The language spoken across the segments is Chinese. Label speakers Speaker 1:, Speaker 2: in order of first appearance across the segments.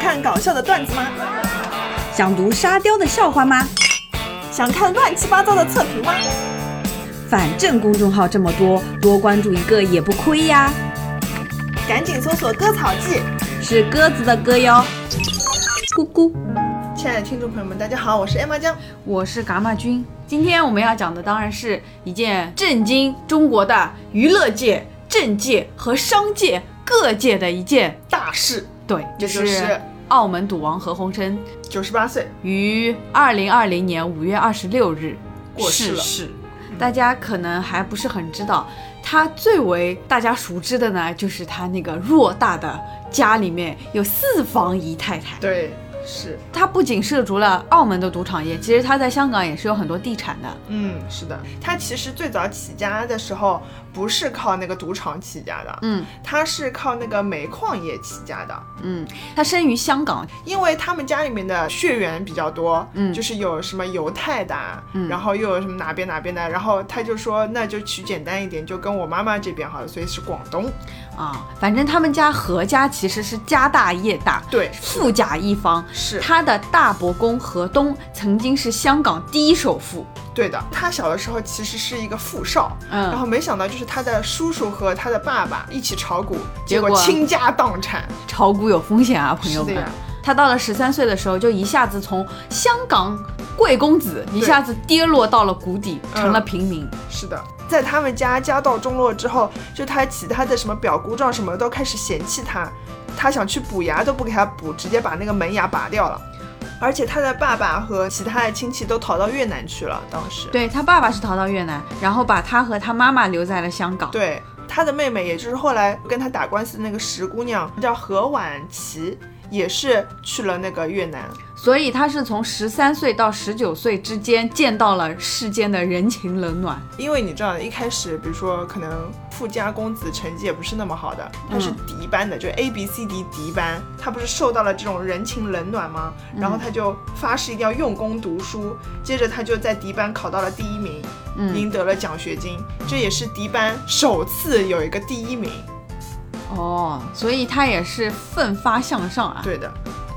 Speaker 1: 看搞笑的段子吗？
Speaker 2: 想读沙雕的笑话吗？
Speaker 1: 想看乱七八糟的测评吗？
Speaker 2: 反正公众号这么多，多关注一个也不亏呀。
Speaker 1: 赶紧搜索“割草记
Speaker 2: 是鸽子的歌哟，咕咕。”。
Speaker 1: 亲爱的听众朋友们，大家好，我是艾玛酱。
Speaker 3: 我是蛤蟆君，今天我们要讲的当然是一件震惊中国的娱乐界、政界和商界各界的一件，
Speaker 1: 大事
Speaker 3: 对，
Speaker 1: 这就是
Speaker 3: 是澳门赌王何鸿燊
Speaker 1: 九十八岁
Speaker 3: 于二零二零年五月二十六日
Speaker 1: 过世了
Speaker 3: 逝世。大家可能还不是很知道，他最为大家熟知的呢，就是他那个偌大的家里面有四房姨太太。
Speaker 1: 对，是，
Speaker 3: 他不仅涉足了澳门的赌场业，其实他在香港也是有很多地产的。
Speaker 1: 嗯，是的。他其实最早起家的时候，不是靠那个赌场起家的，
Speaker 3: 嗯
Speaker 1: 他是靠那个煤矿业起家的。
Speaker 3: 嗯，他生于香港，
Speaker 1: 因为他们家里面的血缘比较多，
Speaker 3: 嗯
Speaker 1: 就是有什么犹太的啊，
Speaker 3: 嗯
Speaker 1: 然后又有什么哪边哪边的，然后他就说那就取简单一点，就跟我妈妈这边好了，所以是广东。
Speaker 3: 啊，反正他们家何家其实是家大业大，
Speaker 1: 对，
Speaker 3: 富甲一方。
Speaker 1: 是
Speaker 3: 他的大伯公何东曾经是香港第一首富，
Speaker 1: 对的。他小的时候其实是一个富少，然
Speaker 3: 嗯，
Speaker 1: 后没想到就是他的叔叔和他的爸爸一起炒股，
Speaker 3: 结
Speaker 1: 结果
Speaker 3: 果
Speaker 1: 倾家荡产。
Speaker 3: 炒股有风险啊，朋友
Speaker 1: 是的
Speaker 3: 们
Speaker 1: 呀。
Speaker 3: 他到了十三岁的时候，就一下子从香港贵公子一下子跌落到了谷底，
Speaker 1: 嗯
Speaker 3: 成了平民。
Speaker 1: 是的，在他们家家道中落之后，就他其他的什么表姑丈什么都开始嫌弃他，他想去补牙都不给他补，直接把那个门牙拔掉了。而且他的爸爸和其他的亲戚都逃到越南去了，当时
Speaker 3: 对他爸爸是逃到越南，然后把他和他妈妈留在了香港。
Speaker 1: 对他的妹妹，也就是后来跟他打官司的那个石姑娘，叫何婉琪，也是去了那个越南。
Speaker 3: 所以他是从十三岁到十九岁之间见到了世间的人情冷暖。
Speaker 1: 因为你知道，一开始比如说可能富家公子成绩也不是那么好的，他
Speaker 3: 嗯
Speaker 1: 是嫡班的，就 A B C D 嫡班，他不是受到了这种人情冷暖吗？然后他就发誓一定要用功读书，接着他就在嫡班考到了第一名，
Speaker 3: 嗯
Speaker 1: 赢得了奖学金，这也是嫡班首次有一个第一名。
Speaker 3: 哦，所以他也是奋发向上啊。
Speaker 1: 对的，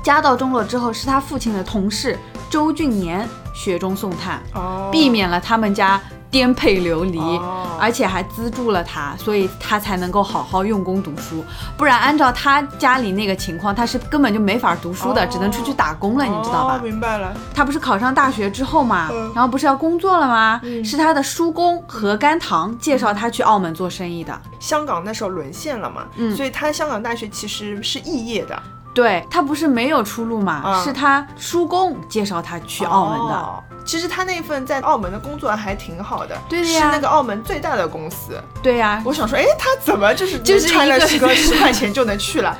Speaker 3: 家道中落之后，是他父亲的同事周俊年雪中送炭，
Speaker 1: 哦，
Speaker 3: 避免了他们家颠沛流离。
Speaker 1: 哦
Speaker 3: 而且还资助了他，所以他才能够好好用功读书。不然按照他家里那个情况，他是根本就没法读书的，
Speaker 1: 哦
Speaker 3: 只能出去打工了，你知道吧
Speaker 1: 哦？明白了，
Speaker 3: 他不是考上大学之后嘛，
Speaker 1: 嗯
Speaker 3: 然后不是要工作了吗？
Speaker 1: 嗯
Speaker 3: 是他的叔公何甘棠介绍他去澳门做生意的。
Speaker 1: 香港那时候沦陷了嘛，
Speaker 3: 嗯
Speaker 1: 所以他香港大学其实是肄业的，
Speaker 3: 对他不是没有出路嘛，
Speaker 1: 嗯
Speaker 3: 是他叔公介绍他去澳门的。
Speaker 1: 哦其实他那份在澳门的工作还挺好的，
Speaker 3: 对的
Speaker 1: 是
Speaker 3: 呀
Speaker 1: 那个澳门最大的公司。
Speaker 3: 对呀、
Speaker 1: 我想说，哎，他怎么就是
Speaker 3: 就是
Speaker 1: 能穿了
Speaker 3: 一个
Speaker 1: 十个十块钱就能去了？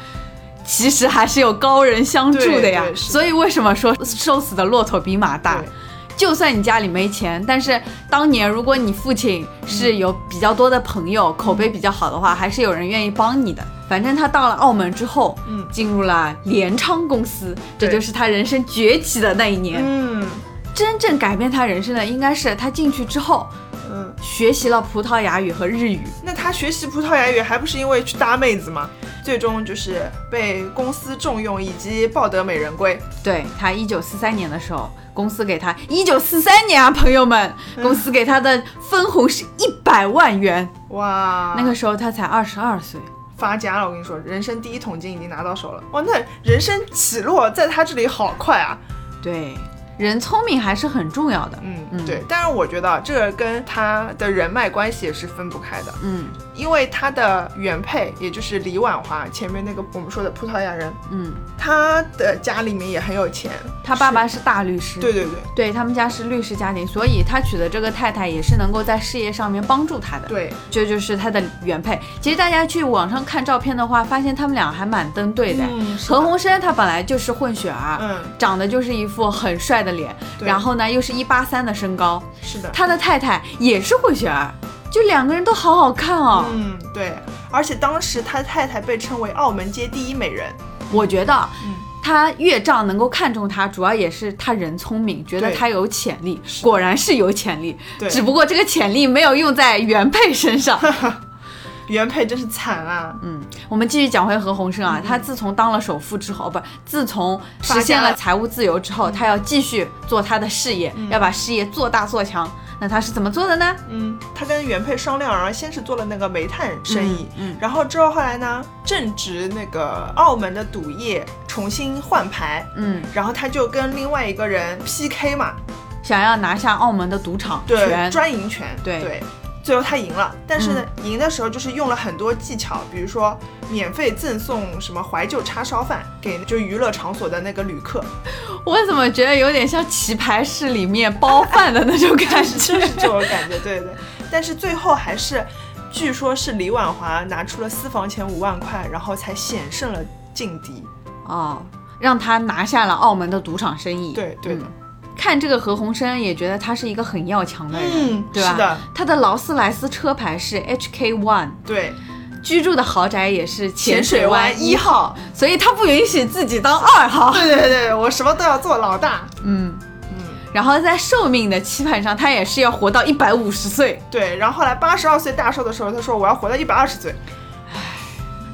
Speaker 3: 其实还是有高人相助的呀
Speaker 1: 对。对是的
Speaker 3: 所以为什么说瘦死的骆驼比马大？
Speaker 1: 对
Speaker 3: 就算你家里没钱，但是当年如果你父亲是有比较多的朋友，口碑比较好的话，还是有人愿意帮你的。反正他到了澳门之后，
Speaker 1: 嗯
Speaker 3: 进入了联昌公司，
Speaker 1: 对
Speaker 3: 这就是他人生崛起的那一年。
Speaker 1: 嗯
Speaker 3: 真正改变他人生的，应该是他进去之后
Speaker 1: 嗯，
Speaker 3: 学习了葡萄牙语和日语。
Speaker 1: 那他学习葡萄牙语还不是因为去搭妹子吗？最终就是被公司重用，以及抱得美人归。
Speaker 3: 对他，一九四三年的时候，公司给他一九四三年啊，朋友们，公司给他的分红是一百万元。
Speaker 1: 哇，
Speaker 3: 那个时候他才二十二岁。
Speaker 1: 发家了，我跟你说，人生第一桶金已经拿到手了。哇，那人生起落在他这里好快啊！
Speaker 3: 对，人聪明还是很重要的。
Speaker 1: 嗯，
Speaker 3: 嗯
Speaker 1: 对，但是我觉得啊这个跟他的人脉关系也是分不开的，
Speaker 3: 嗯
Speaker 1: 因为他的原配也就是李婉华，前面那个我们说的葡萄牙人，
Speaker 3: 嗯，
Speaker 1: 他的家里面也很有钱，
Speaker 3: 他爸爸是大律师，
Speaker 1: 对对对
Speaker 3: 对他们家是律师家庭，所以他娶的这个太太也是能够在事业上面帮助他的。
Speaker 1: 对，
Speaker 3: 这就是他的原配。其实大家去网上看照片的话，发现他们俩还蛮登对的。
Speaker 1: 嗯是的
Speaker 3: 何鸿燊他本来就是混血儿，
Speaker 1: 嗯，
Speaker 3: 长得就是一副很帅的脸，
Speaker 1: 对
Speaker 3: 然后呢又是一八三的身高，
Speaker 1: 是的，
Speaker 3: 他的太太也是混血儿，就两个人都好好看哦。
Speaker 1: 嗯对，而且当时他太太被称为澳门街第一美人，
Speaker 3: 我觉得
Speaker 1: 嗯，
Speaker 3: 他岳丈能够看中他，主要也是他人聪明，觉得
Speaker 1: 对
Speaker 3: 他有潜力，
Speaker 1: 是
Speaker 3: 果然是有潜力，
Speaker 1: 对
Speaker 3: 只不过这个潜力没有用在原配身上。
Speaker 1: 原配真是惨啊！
Speaker 3: 嗯，我们继续讲回何鸿燊
Speaker 1: 嗯
Speaker 3: 啊，他自从当了首富之后，哦不，自从实现了财务自由
Speaker 1: 嗯
Speaker 3: 之后，他要继续做他的事业，要把事业做大做强。那他是怎么做的呢？
Speaker 1: 嗯，他跟原配商量，然后先是做了那个煤炭生意，
Speaker 3: 嗯嗯
Speaker 1: 然后之后后来呢，正值那个澳门的赌业重新换牌，
Speaker 3: 嗯，
Speaker 1: 然后他就跟另外一个人 PK 嘛，
Speaker 3: 想要拿下澳门的赌场
Speaker 1: 对，
Speaker 3: 权，
Speaker 1: 专营权，
Speaker 3: 对嗯
Speaker 1: 最后他赢了，但是呢，赢的时候就是用了很多技巧，比如说免费赠送什么怀旧叉烧饭给就娱乐场所的那个旅客，
Speaker 3: 我怎么觉得有点像棋牌室里面包饭的那种感
Speaker 1: 就 是
Speaker 3: 觉？
Speaker 1: 这种感觉，对对。但是最后还是，据说是李婉华拿出了私房钱五万块，然后才险胜了劲敌。
Speaker 3: 哦，让他拿下了澳门的赌场生意。
Speaker 1: 对对的
Speaker 3: 嗯看这个何鸿燊也觉得他是一个很要强的人，
Speaker 1: 嗯
Speaker 3: 对啊吧？
Speaker 1: 是的，
Speaker 3: 他的劳斯莱斯车牌是 HK One，
Speaker 1: 对，
Speaker 3: 居住的豪宅也是
Speaker 1: 浅
Speaker 3: 浅
Speaker 1: 水
Speaker 3: 水
Speaker 1: 湾
Speaker 3: 湾一号，所以他不允许自己当二号。
Speaker 1: 嗯对对对，我什么都要做老大。
Speaker 3: 嗯然后在寿命的期盼上，他也是要活到一百五十岁。
Speaker 1: 对，然后后来八十二岁大寿的时候，他说我要活到一百二十岁。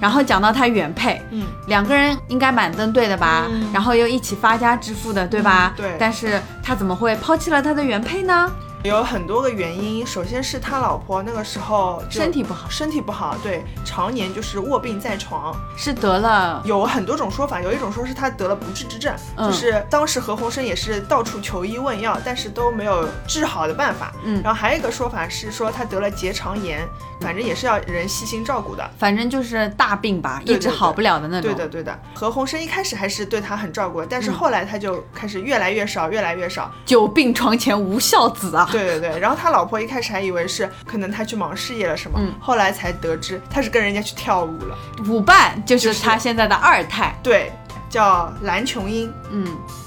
Speaker 3: 然后讲到他原配，
Speaker 1: 嗯，
Speaker 3: 两个人应该满登对的吧？
Speaker 1: 嗯
Speaker 3: 然后又一起发家致富的，对吧？
Speaker 1: 嗯对
Speaker 3: 但是他怎么会抛弃了他的原配呢？
Speaker 1: 有很多个原因，首先是他老婆那个时候就
Speaker 3: 身体不好，
Speaker 1: 身体不好，对，常年就是卧病在床，
Speaker 3: 是得了
Speaker 1: 有很多种说法，有一种说是他得了不治之症，
Speaker 3: 嗯
Speaker 1: 就是当时何鸿燊也是到处求医问药，但是都没有治好的办法。
Speaker 3: 嗯
Speaker 1: 然后还有一个说法是说他得了结肠炎，反正也是要人细心照顾的。
Speaker 3: 反正就是大病吧，
Speaker 1: 对
Speaker 3: 一直好不了的那种。
Speaker 1: 对的，对的。何鸿燊一开始还是对他很照顾的，但是
Speaker 3: 嗯
Speaker 1: 后来他就开始越来越少，越来越少。
Speaker 3: 久病床前无孝子 啊！
Speaker 1: 对对对。然后他老婆一开始还以为是可能他去忙事业了什么，
Speaker 3: 嗯
Speaker 1: 后来才得知他是跟人家去跳舞了。
Speaker 3: 舞伴就是
Speaker 1: 就是
Speaker 3: 他现在的二太。
Speaker 1: 对，叫蓝琼英。
Speaker 3: 嗯，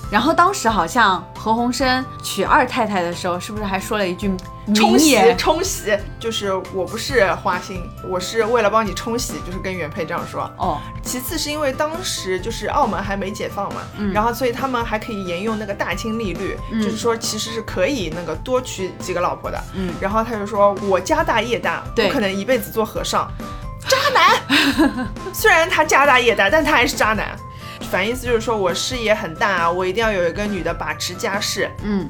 Speaker 3: 然后当时好像何鸿燊娶二太太的时候，是不是还说了一句名
Speaker 1: 冲洗
Speaker 3: 言？
Speaker 1: 冲洗，就是我不是花心，我是为了帮你冲洗，就是跟原配这样说。
Speaker 3: 哦，
Speaker 1: 其次是因为当时就是澳门还没解放嘛，
Speaker 3: 嗯
Speaker 1: 然后所以他们还可以沿用那个大清利率，
Speaker 3: 嗯
Speaker 1: 就是说其实是可以那个多娶几个老婆的。
Speaker 3: 嗯，
Speaker 1: 然后他就说我家大业大，
Speaker 3: 对
Speaker 1: 不可能一辈子做和尚，渣男。 虽然他家大业大，但他还是渣男。反意思就是说我事业很大啊，我一定要有一个女的把持家事。
Speaker 3: 嗯，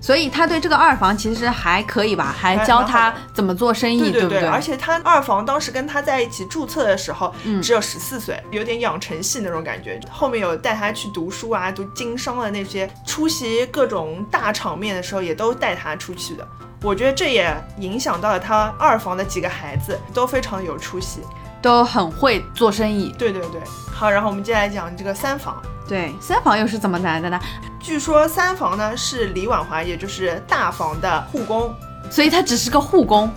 Speaker 3: 所以他对这个二房其实还可以吧，还教
Speaker 1: 还蛮
Speaker 3: 他
Speaker 1: 好
Speaker 3: 怎么做生意，
Speaker 1: 对对
Speaker 3: 不对？
Speaker 1: 而且他二房当时跟他在一起注册的时候，
Speaker 3: 嗯
Speaker 1: 只有十四岁，有点养成系那种感觉。后面有带他去读书啊，读经商的那些，出席各种大场面的时候，也都带他出去的。我觉得这也影响到了他二房的几个孩子，都非常有出息。
Speaker 3: 都很会做生意。
Speaker 1: 对对对，好，然后我们接下来讲这个三房。
Speaker 3: 对，三房又是怎么来的呢？
Speaker 1: 据说三房呢是李婉华，也就是大房的护工。
Speaker 3: 所以他只是个护工，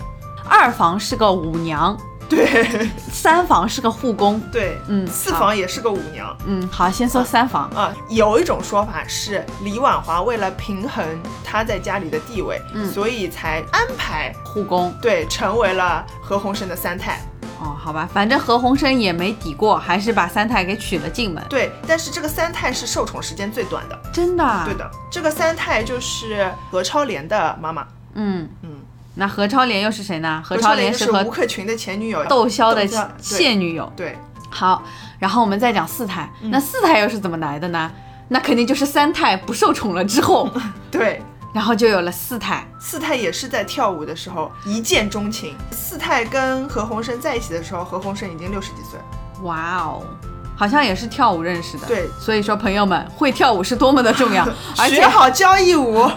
Speaker 3: 二房是个舞娘，
Speaker 1: 对
Speaker 3: 三房是个护工。
Speaker 1: 对，
Speaker 3: 嗯
Speaker 1: 四
Speaker 3: 好
Speaker 1: 房也是个舞娘。
Speaker 3: 嗯，好，先说三房。
Speaker 1: 啊，有一种说法是李婉华为了平衡她在家里的地位，
Speaker 3: 嗯
Speaker 1: 所以才安排
Speaker 3: 护工
Speaker 1: 对成为了何鸿燊的三太。
Speaker 3: 哦，好吧，反正何鸿燊也没抵过，还是把三太给娶了进门。
Speaker 1: 对，但是这个三太是受宠时间最短的。
Speaker 3: 真的啊？
Speaker 1: 对的，这个三太就是何超莲的妈妈，
Speaker 3: 嗯
Speaker 1: 嗯
Speaker 3: 嗯，那何超莲又是谁呢？何超莲
Speaker 1: 就是
Speaker 3: 和
Speaker 1: 吴克群的前女友
Speaker 3: 窦骁的
Speaker 1: 窦骁对
Speaker 3: 现女友。
Speaker 1: 对
Speaker 3: 好，然后我们再讲四太，
Speaker 1: 嗯
Speaker 3: 那四太又是怎么来的呢？那肯定就是三太不受宠了之 后，
Speaker 1: 对。
Speaker 3: 然后就有了四太。
Speaker 1: 四太也是在跳舞的时候一见钟情。四太跟何鸿燊在一起的时候，何鸿燊已经六十几岁了。
Speaker 3: 哇哦！好像也是跳舞认识的，
Speaker 1: 对
Speaker 3: 所以说朋友们会跳舞是多么的 重要，而且
Speaker 1: 学好交谊舞，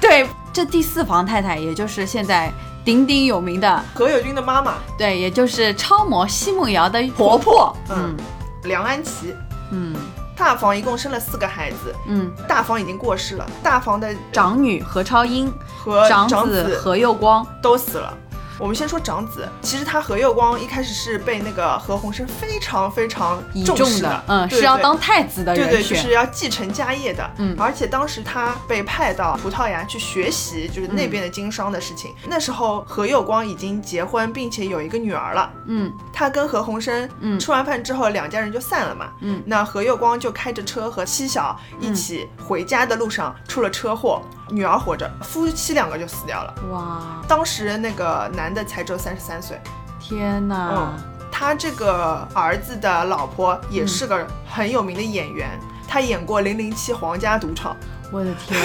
Speaker 3: 对这第四房太太，也就是现在鼎鼎有名的，
Speaker 1: 何猷君的妈妈
Speaker 3: 对，也就是超模奚梦瑶的婆婆，
Speaker 1: 嗯梁安琪，
Speaker 3: 嗯
Speaker 1: 大房一共生了四个孩子，
Speaker 3: 嗯，
Speaker 1: 大房已经过世了，大房的
Speaker 3: 长女何超英，
Speaker 1: 和
Speaker 3: 长
Speaker 1: 长
Speaker 3: 子何佑光，
Speaker 1: 都死了。我们先说长子，其实他何佑光一开始是被那个何鸿燊非常非常
Speaker 3: 倚
Speaker 1: 重
Speaker 3: 重
Speaker 1: 视
Speaker 3: 的，嗯，
Speaker 1: 对
Speaker 3: 是要
Speaker 1: 对
Speaker 3: 当太子的
Speaker 1: 对
Speaker 3: 人
Speaker 1: 对，就
Speaker 3: 选，
Speaker 1: 是要继承家业的。
Speaker 3: 嗯
Speaker 1: 而且当时他被派到葡萄牙去学习，就是
Speaker 3: 嗯
Speaker 1: 那边的经商的事情。那时候何佑光已经结婚，并且有一个女儿了。
Speaker 3: 嗯
Speaker 1: 他跟何鸿燊，
Speaker 3: 嗯
Speaker 1: 吃完饭之后两家人就散了嘛。
Speaker 3: 嗯
Speaker 1: 那何佑光就开着车和妻小一起回家的路上出了车祸，女儿活着，夫妻两个就死掉了。
Speaker 3: 哇，
Speaker 1: 当时那个男的才只有三十三岁，
Speaker 3: 天哪！
Speaker 1: 他这个儿子的老婆也是个很有名的演员，
Speaker 3: 嗯
Speaker 1: 他演过《零零七皇家赌场
Speaker 3: 我的 天，》，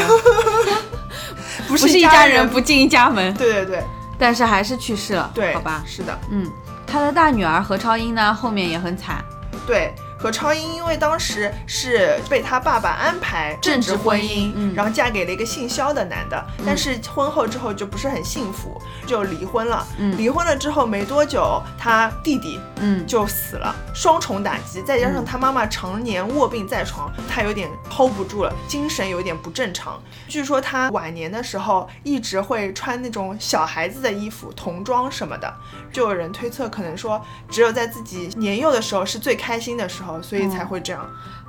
Speaker 1: 不
Speaker 3: 不是
Speaker 1: 一
Speaker 3: 一家
Speaker 1: 人
Speaker 3: 人不进一家门，
Speaker 1: 对对对
Speaker 3: 但是还是去世了，
Speaker 1: 对，
Speaker 3: 好吧，
Speaker 1: 是的，
Speaker 3: 嗯，他的大女儿何超英呢，后面也很惨，
Speaker 1: 对。何超英因为当时是被他爸爸安排
Speaker 3: 政治
Speaker 1: 治婚
Speaker 3: 婚姻嗯
Speaker 1: 然后嫁给了一个姓肖的男的，但是婚后之后就不是很幸福，就离婚了。
Speaker 3: 嗯
Speaker 1: 离婚了之后没多久，他弟弟
Speaker 3: 嗯，
Speaker 1: 就死了，双重打击，再加上他妈妈常年卧病在床，他有点 hold 不住了，精神有点不正常。据说他晚年的时候一直会穿那种小孩子的衣服、童装什么的，就有人推测可能说，只有在自己年幼的时候是最开心的时候，所以才会这样。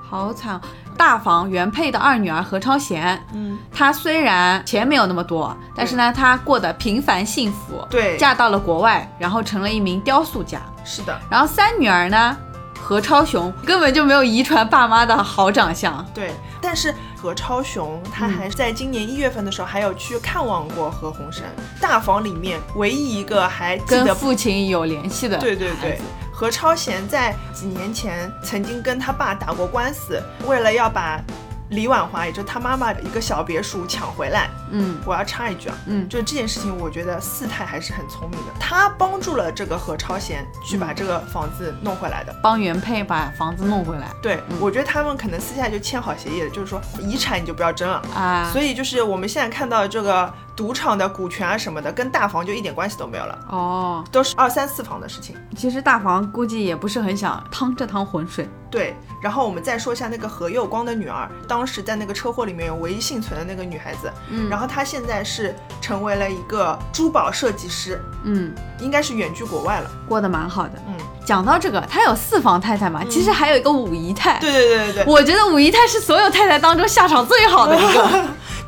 Speaker 3: 好惨。大房原配的二女儿何超贤，
Speaker 1: 嗯，
Speaker 3: 她虽然钱没有那么多，但是呢，她过得平凡幸福，
Speaker 1: 对
Speaker 3: 嫁到了国外，然后成了一名雕塑家。
Speaker 1: 是的，
Speaker 3: 然后三女儿呢，何超雄根本就没有遗传爸妈的好长相，
Speaker 1: 对。但是何超雄他还在今年一月份的时候还有去看望过何鸿燊，大房里面唯一一个还记
Speaker 3: 跟
Speaker 1: 得
Speaker 3: 父亲有联系的，
Speaker 1: 对对对，何超贤在几年前曾经跟他爸打过官司，为了要把李婉华，也就是他妈妈的一个小别墅抢回来。
Speaker 3: 嗯
Speaker 1: 我要插一句啊，
Speaker 3: 嗯
Speaker 1: 就这件事情，我觉得四太还是很聪明的，他帮助了这个何超贤去把这个房子弄回来的。
Speaker 3: 帮原配把房子弄回来
Speaker 1: 对，我觉得他们可能私下就签好协议了，就是说遗产你就不要争了。
Speaker 3: 啊。
Speaker 1: 所以就是我们现在看到的这个赌场的股权啊什么的，跟大房就一点关系都没有了，
Speaker 3: 哦，
Speaker 1: 都是二三四房的事情。
Speaker 3: 其实大房估计也不是很想趟这趟浑水。
Speaker 1: 对，然后我们再说一下那个何佑光的女儿，当时在那个车祸里面有唯一幸存的那个女孩子，
Speaker 3: 嗯
Speaker 1: 然后她现在是成为了一个珠宝设计师，
Speaker 3: 嗯，
Speaker 1: 应该是远居国外了。
Speaker 3: 过得蛮好的。
Speaker 1: 嗯，
Speaker 3: 讲到这个，她有四房太太嘛，其实还有一个五姨太。
Speaker 1: 对对对对对，
Speaker 3: 我觉得五姨太是所有太太当中下场最好的一个。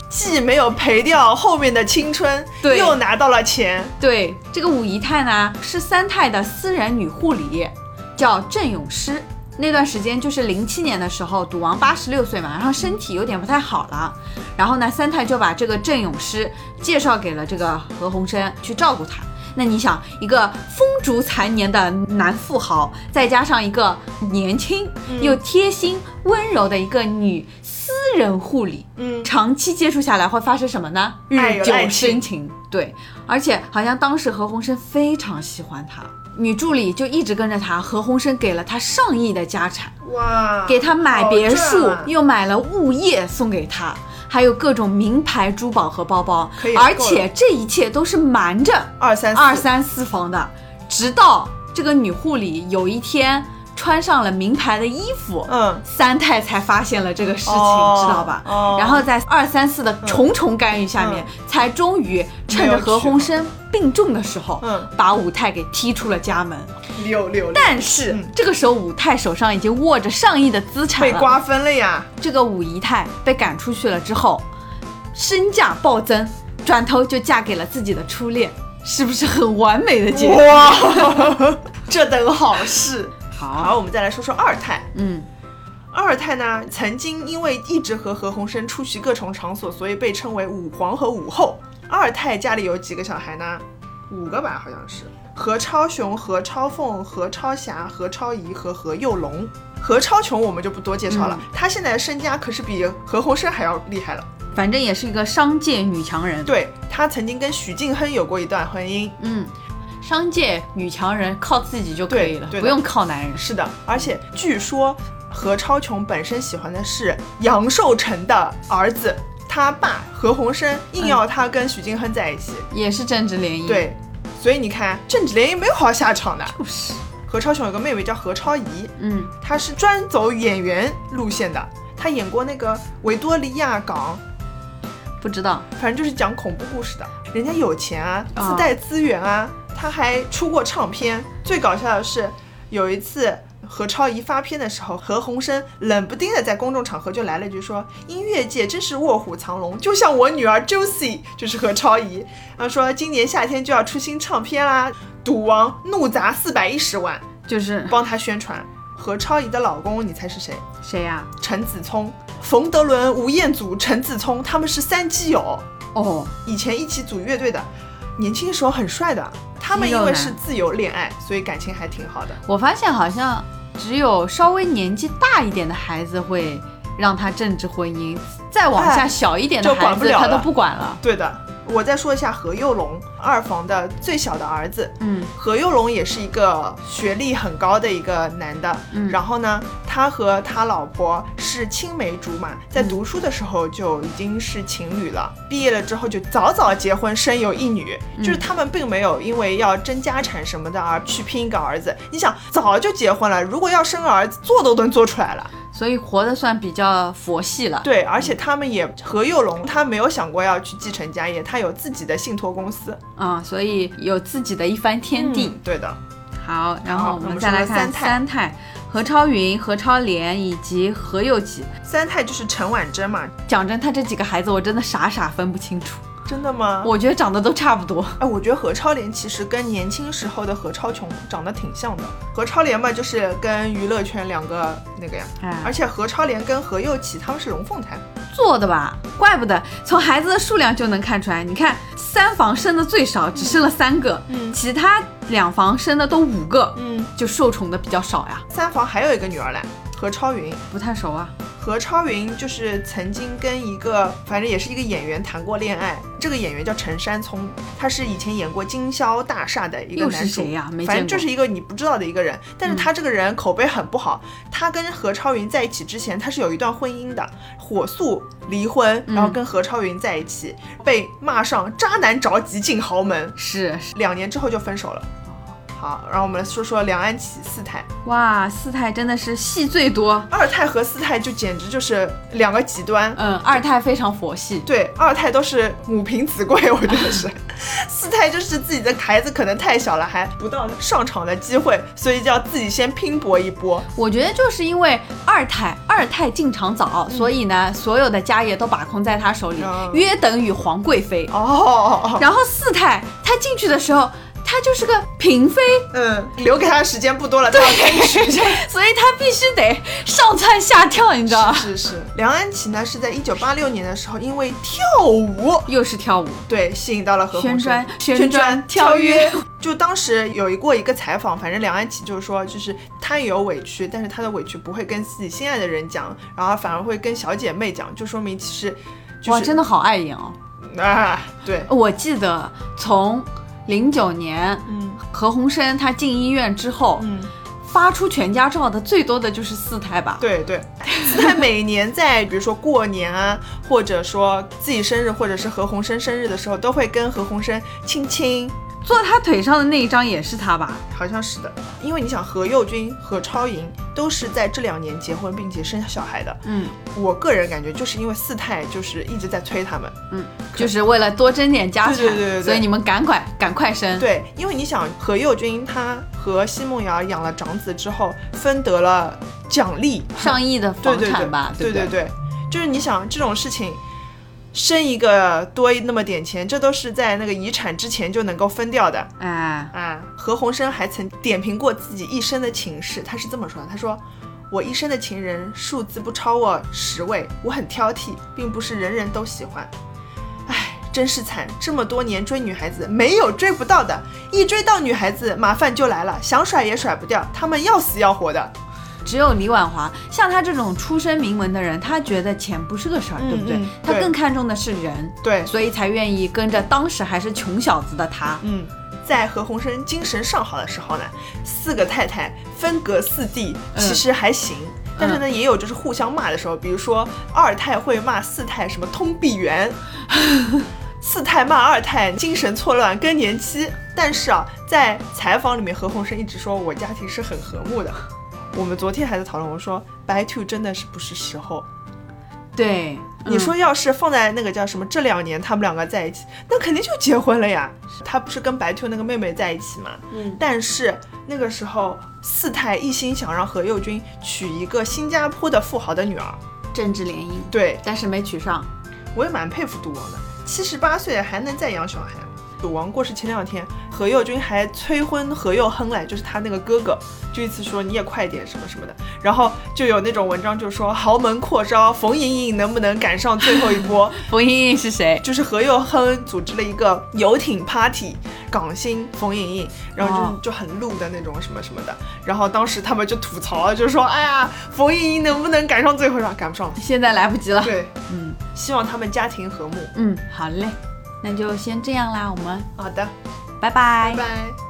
Speaker 1: 既没有赔掉后面的青春，
Speaker 3: 对
Speaker 1: 又拿到了钱。
Speaker 3: 对，这个五姨太呢是三太的私人女护理，叫郑咏诗。那段时间就是零七年的时候，赌王八十六岁嘛，然后身体有点不太好了，然后呢，三太就把这个郑咏诗介绍给了这个何鸿燊去照顾他。那你想，一个风烛残年的男富豪，再加上一个年轻又贴心温柔的一个女私人护理，
Speaker 1: 嗯，
Speaker 3: 长期接触下来会发生什么呢？
Speaker 1: 爱
Speaker 3: 日
Speaker 1: 有
Speaker 3: 久
Speaker 1: 爱
Speaker 3: 生情。对，而且好像当时何鸿燊非常喜欢她，女助理就一直跟着他。何鸿燊给了她上亿的家产，
Speaker 1: 哇，
Speaker 3: 给她买别墅，
Speaker 1: 好啊赚啊
Speaker 3: 又买了物业送给她，还有各种名牌珠宝和包包
Speaker 1: 可以。了
Speaker 3: 而且这一切都是瞒着
Speaker 1: 二三四
Speaker 3: 二三四房的，直到这个女护理有一天穿上了名牌的衣服，
Speaker 1: 嗯，
Speaker 3: 三太才发现了这个事情，
Speaker 1: 哦
Speaker 3: 知道吧？
Speaker 1: 哦
Speaker 3: 然后在二三四
Speaker 1: 嗯
Speaker 3: 的重重干预下面，才终于趁着何鸿燊病重的时候，
Speaker 1: 嗯
Speaker 3: 把武太给踢出了家门。
Speaker 1: 六六六
Speaker 3: 但是、
Speaker 1: 嗯
Speaker 3: 这个时候，武太手上已经握着上亿的资产
Speaker 1: 被
Speaker 3: 了。
Speaker 1: 瓜分了呀。
Speaker 3: 这个武姨太被赶出去了之后，身价暴增，转头就嫁给了自己的初恋，是不是很完美的结
Speaker 1: 哦
Speaker 3: 局？
Speaker 1: 哇， 这等好事。
Speaker 3: 好，
Speaker 1: 好，我们再来说说二太。
Speaker 3: 嗯，
Speaker 1: 二太呢，曾经因为一直和何鸿燊出席各种场所，所以被称为武皇和武后。二太家里有几个小孩呢？五个吧，好像是何超雄、何超凤、何超霞、何超仪和何猷龙。何超琼我们就不多介绍了，她现在的身家可是比何鸿燊还要厉害了。
Speaker 3: 反正也是一个商界女强人。
Speaker 1: 对她曾经跟许晋亨有过一段婚姻，
Speaker 3: 嗯，商界女强人靠自己就可以了，
Speaker 1: 对对的
Speaker 3: 不用靠男人。
Speaker 1: 是的，而且据说何超琼本身喜欢的是杨受成的儿子，他爸何鸿燊硬要他跟许晋亨在一起。
Speaker 3: 也是政治联姻。，
Speaker 1: 对，所以你看政治联姻没有好下场的。
Speaker 3: 就是，
Speaker 1: 何超琼有个妹妹叫何超仪，
Speaker 3: 嗯，
Speaker 1: 她是专走演员路线的，她演过那个《维多利亚港》，
Speaker 3: 不知道，
Speaker 1: 反正就是讲恐怖故事的。人家有钱啊，
Speaker 3: 啊
Speaker 1: 自带资源啊，他还出过唱片。最搞笑的是，有一次何超仪发片的时候，何鸿燊冷不丁的在公众场合就来了一句说：“音乐界真是卧虎藏龙，就像我女儿 Josie，就是何超仪。”然后说今年夏天就要出新唱片啦，赌王怒砸四百一十万
Speaker 3: 就是
Speaker 1: 帮他宣传。何超仪的老公，你猜是谁？
Speaker 3: 谁呀、
Speaker 1: 陈子聪、冯德伦、吴彦祖、陈子聪，他们是三基友。
Speaker 3: 哦，
Speaker 1: 以前一起组乐队的，年轻时候很帅的，他们
Speaker 3: 肌肉
Speaker 1: 因为
Speaker 3: 男
Speaker 1: 是自由恋爱，所以感情还挺好的。
Speaker 3: 我发现好像只有稍微年纪大一点的孩子会让他政治婚姻，再往下
Speaker 1: 哎
Speaker 3: 小一点的
Speaker 1: 就管
Speaker 3: 孩
Speaker 1: 不
Speaker 3: 子
Speaker 1: 了
Speaker 3: 他都
Speaker 1: 了
Speaker 3: 不管了。
Speaker 1: 对的，我再说一下何猷龙，二房的最小的儿子。
Speaker 3: 嗯
Speaker 1: 何猷龙也是一个学历很高的一个男的，
Speaker 3: 嗯
Speaker 1: 然后呢，他和他老婆是青梅竹马，在读书的时候就已经是情侣了，毕业了之后就早早结婚，生有一女，嗯就是他们并没有因为要争家产什么的而去拼一个儿子。你想，早就结婚了，如果要生个儿子，做都能做出来了。
Speaker 3: 所以活得算比较佛系了。
Speaker 1: 对，嗯而且他们也何猷龙，他没有想过要去继承家业，他有自己的信托公司。
Speaker 3: 啊、所以有自己的一番天地。
Speaker 1: 嗯对的，
Speaker 3: 好，然后
Speaker 1: 好
Speaker 3: 我
Speaker 1: 我
Speaker 3: 们
Speaker 1: 们
Speaker 3: 再
Speaker 1: 说
Speaker 3: 来
Speaker 1: 了
Speaker 3: 看
Speaker 1: 三太
Speaker 3: 三太何超云、何超莲以及何佑吉。
Speaker 1: 三太就是陈婉珍嘛，
Speaker 3: 讲真，他这几个孩子我真的傻傻分不清楚，
Speaker 1: 真的吗？
Speaker 3: 我觉得长得都差不多。
Speaker 1: 哎，我觉得何超莲其实跟年轻时候的何超琼长得挺像的。何超莲嘛，就是跟娱乐圈两个那个呀。而
Speaker 3: 哎，
Speaker 1: 且何超莲跟何猷琪他们是龙凤胎，
Speaker 3: 做的吧，怪不得从孩子的数量就能看出来。你看，三房生的最少，只生了三个，
Speaker 1: 嗯
Speaker 3: 其他两房生的都五个，
Speaker 1: 嗯，
Speaker 3: 就受宠的比较少呀，
Speaker 1: 三房还有一个女儿来，何超云。
Speaker 3: 不太熟啊。
Speaker 1: 何超云就是曾经跟一个，反正也是一个演员谈过恋爱。这个演员叫陈山聪，他是以前演过《经销大厦》的一个
Speaker 3: 又
Speaker 1: 男
Speaker 3: 是
Speaker 1: 主。
Speaker 3: 谁呀没见过嗯
Speaker 1: 反正就是一个你不知道的一个人，但是他这个人口碑很不好。他跟何超云在一起之前，他是有一段婚姻的，火速离婚，然
Speaker 3: 嗯
Speaker 1: 后跟何超云在一起，被骂上渣男着急进豪门，
Speaker 3: 是是，
Speaker 1: 两年之后就分手了。好，然后我们来说说梁安琪四太，
Speaker 3: 哇，四太真的是戏最多。
Speaker 1: 二太和四太就简直就是两个极端。
Speaker 3: 嗯，二太非常佛系，
Speaker 1: 对，二胎都是母凭子贵，我觉得是。四胎就是自己的孩子可能太小了，还不到上场的机会，所以就要自己先拼搏一波。
Speaker 3: 我觉得就是因为二太二太进场早，所以呢，所有的家业都把控在他手里，
Speaker 1: 嗯
Speaker 3: 约等于皇贵妃。
Speaker 1: 哦，
Speaker 3: 然后四太他进去的时候，他就是个嫔妃，
Speaker 1: 嗯，留给他的时间不多了，他要争取一下。
Speaker 3: 所以他必须得上蹿下跳，你知道吗？
Speaker 1: 是是，梁安琪呢是在一九八六年的时候，因为跳舞
Speaker 3: 又是跳舞，
Speaker 1: 对吸引到了何
Speaker 3: 旋
Speaker 1: 鸿燊
Speaker 3: 转。旋转跳跃，
Speaker 1: 就当时有一过一个采访，反正梁安琪就是说，就是她也有委屈，但是她的委屈不会跟自己心爱的人讲，然后反而会跟小姐妹讲，就说明其实就是
Speaker 3: 哇，真哦的好碍眼哦！
Speaker 1: 啊，对，
Speaker 3: 我记得从零九年
Speaker 1: 嗯
Speaker 3: 何鸿燊他进医院之后，
Speaker 1: 嗯，
Speaker 3: 发出全家照的最多的就是四太吧？
Speaker 1: 对对，他每年在比如说过年啊，或者说自己生日，或者是何鸿燊生日的时候，都会跟何鸿燊亲亲，
Speaker 3: 坐他腿上的那一张也是他吧？
Speaker 1: 好像是的，因为你想何猷君、何超云都是在这两年结婚并且生小孩的，
Speaker 3: 嗯，
Speaker 1: 我个人感觉就是因为四太就是一直在催他们，
Speaker 3: 就是为了多争点家产，
Speaker 1: 对对对对对
Speaker 3: 所以你们赶快赶快生。
Speaker 1: 对，因为你想何猷君她和奚梦瑶养了长子之后，分得了奖励，
Speaker 3: 上亿的
Speaker 1: 对
Speaker 3: 房
Speaker 1: 对对
Speaker 3: 产吧，
Speaker 1: 对
Speaker 3: 不
Speaker 1: 对对，就是你想这种事情，生一个多那么点钱，这都是在那个遗产之前就能够分掉的
Speaker 3: 哎，
Speaker 1: 啊。何鸿燊还曾点评过自己一生的情事，他是这么说的：他说。我一生的情人数字不超过十位，我很挑剔，并不是人人都喜欢。唉，真是惨！这么多年追女孩子，没有追不到的，一追到女孩子，麻烦就来了，想甩也甩不掉，他们要死要活的。
Speaker 3: 只有李婉华，像他这种出身名门的人，他觉得钱不是个事儿，
Speaker 1: 嗯
Speaker 3: 对不对
Speaker 1: 嗯？
Speaker 3: 他
Speaker 1: 对
Speaker 3: 更看重的是人，
Speaker 1: 对，
Speaker 3: 所以才愿意跟着当时还是穷小子的他。
Speaker 1: 嗯，在何鸿燊精神尚好的时候呢，四个太太分隔四地，
Speaker 3: 嗯
Speaker 1: 其实还行。但是呢，也有就是互相骂的时候，比如说二太会骂四太什么通臂猿，四太骂二太精神错乱、更年期。但是啊，在采访里面，何鸿燊一直说我家庭是很和睦的。我们昨天还在讨论，我说白兔真的是不是时候？
Speaker 3: 对，
Speaker 1: 你
Speaker 3: 嗯
Speaker 1: 说要是放在那个叫什么，这两年他们两个在一起，那肯定就结婚了呀。他不是跟白兔那个妹妹在一起嘛？
Speaker 3: 嗯。
Speaker 1: 但是那个时候，四太一心想让何猷君娶一个新加坡的富豪的女儿。
Speaker 3: 政治联姻，
Speaker 1: 对
Speaker 3: 但是没娶上。
Speaker 1: 我也蛮佩服杜王的，七十八岁还能再养小孩。赌王过世前两天，何猷君还催婚何猷亨来，就是他那个哥哥，就意思说你也快点什么什么的。然后就有那种文章就说豪门扩招，冯盈盈能不能赶上最后一波？
Speaker 3: 冯盈盈是谁？
Speaker 1: 就是何猷亨组织了一个游艇 party，港星冯盈盈，然后
Speaker 3: 哦
Speaker 1: 就就很露的那种什么什么的。然后当时他们就吐槽，就说哎呀，冯盈盈能不能赶上最后一场？赶不上。
Speaker 3: 现在来不及了。
Speaker 1: 对，
Speaker 3: 嗯
Speaker 1: 希望他们家庭和睦。
Speaker 3: 嗯，好嘞，那就先这样啦，我们
Speaker 1: 好的，
Speaker 3: 拜拜
Speaker 1: 拜拜。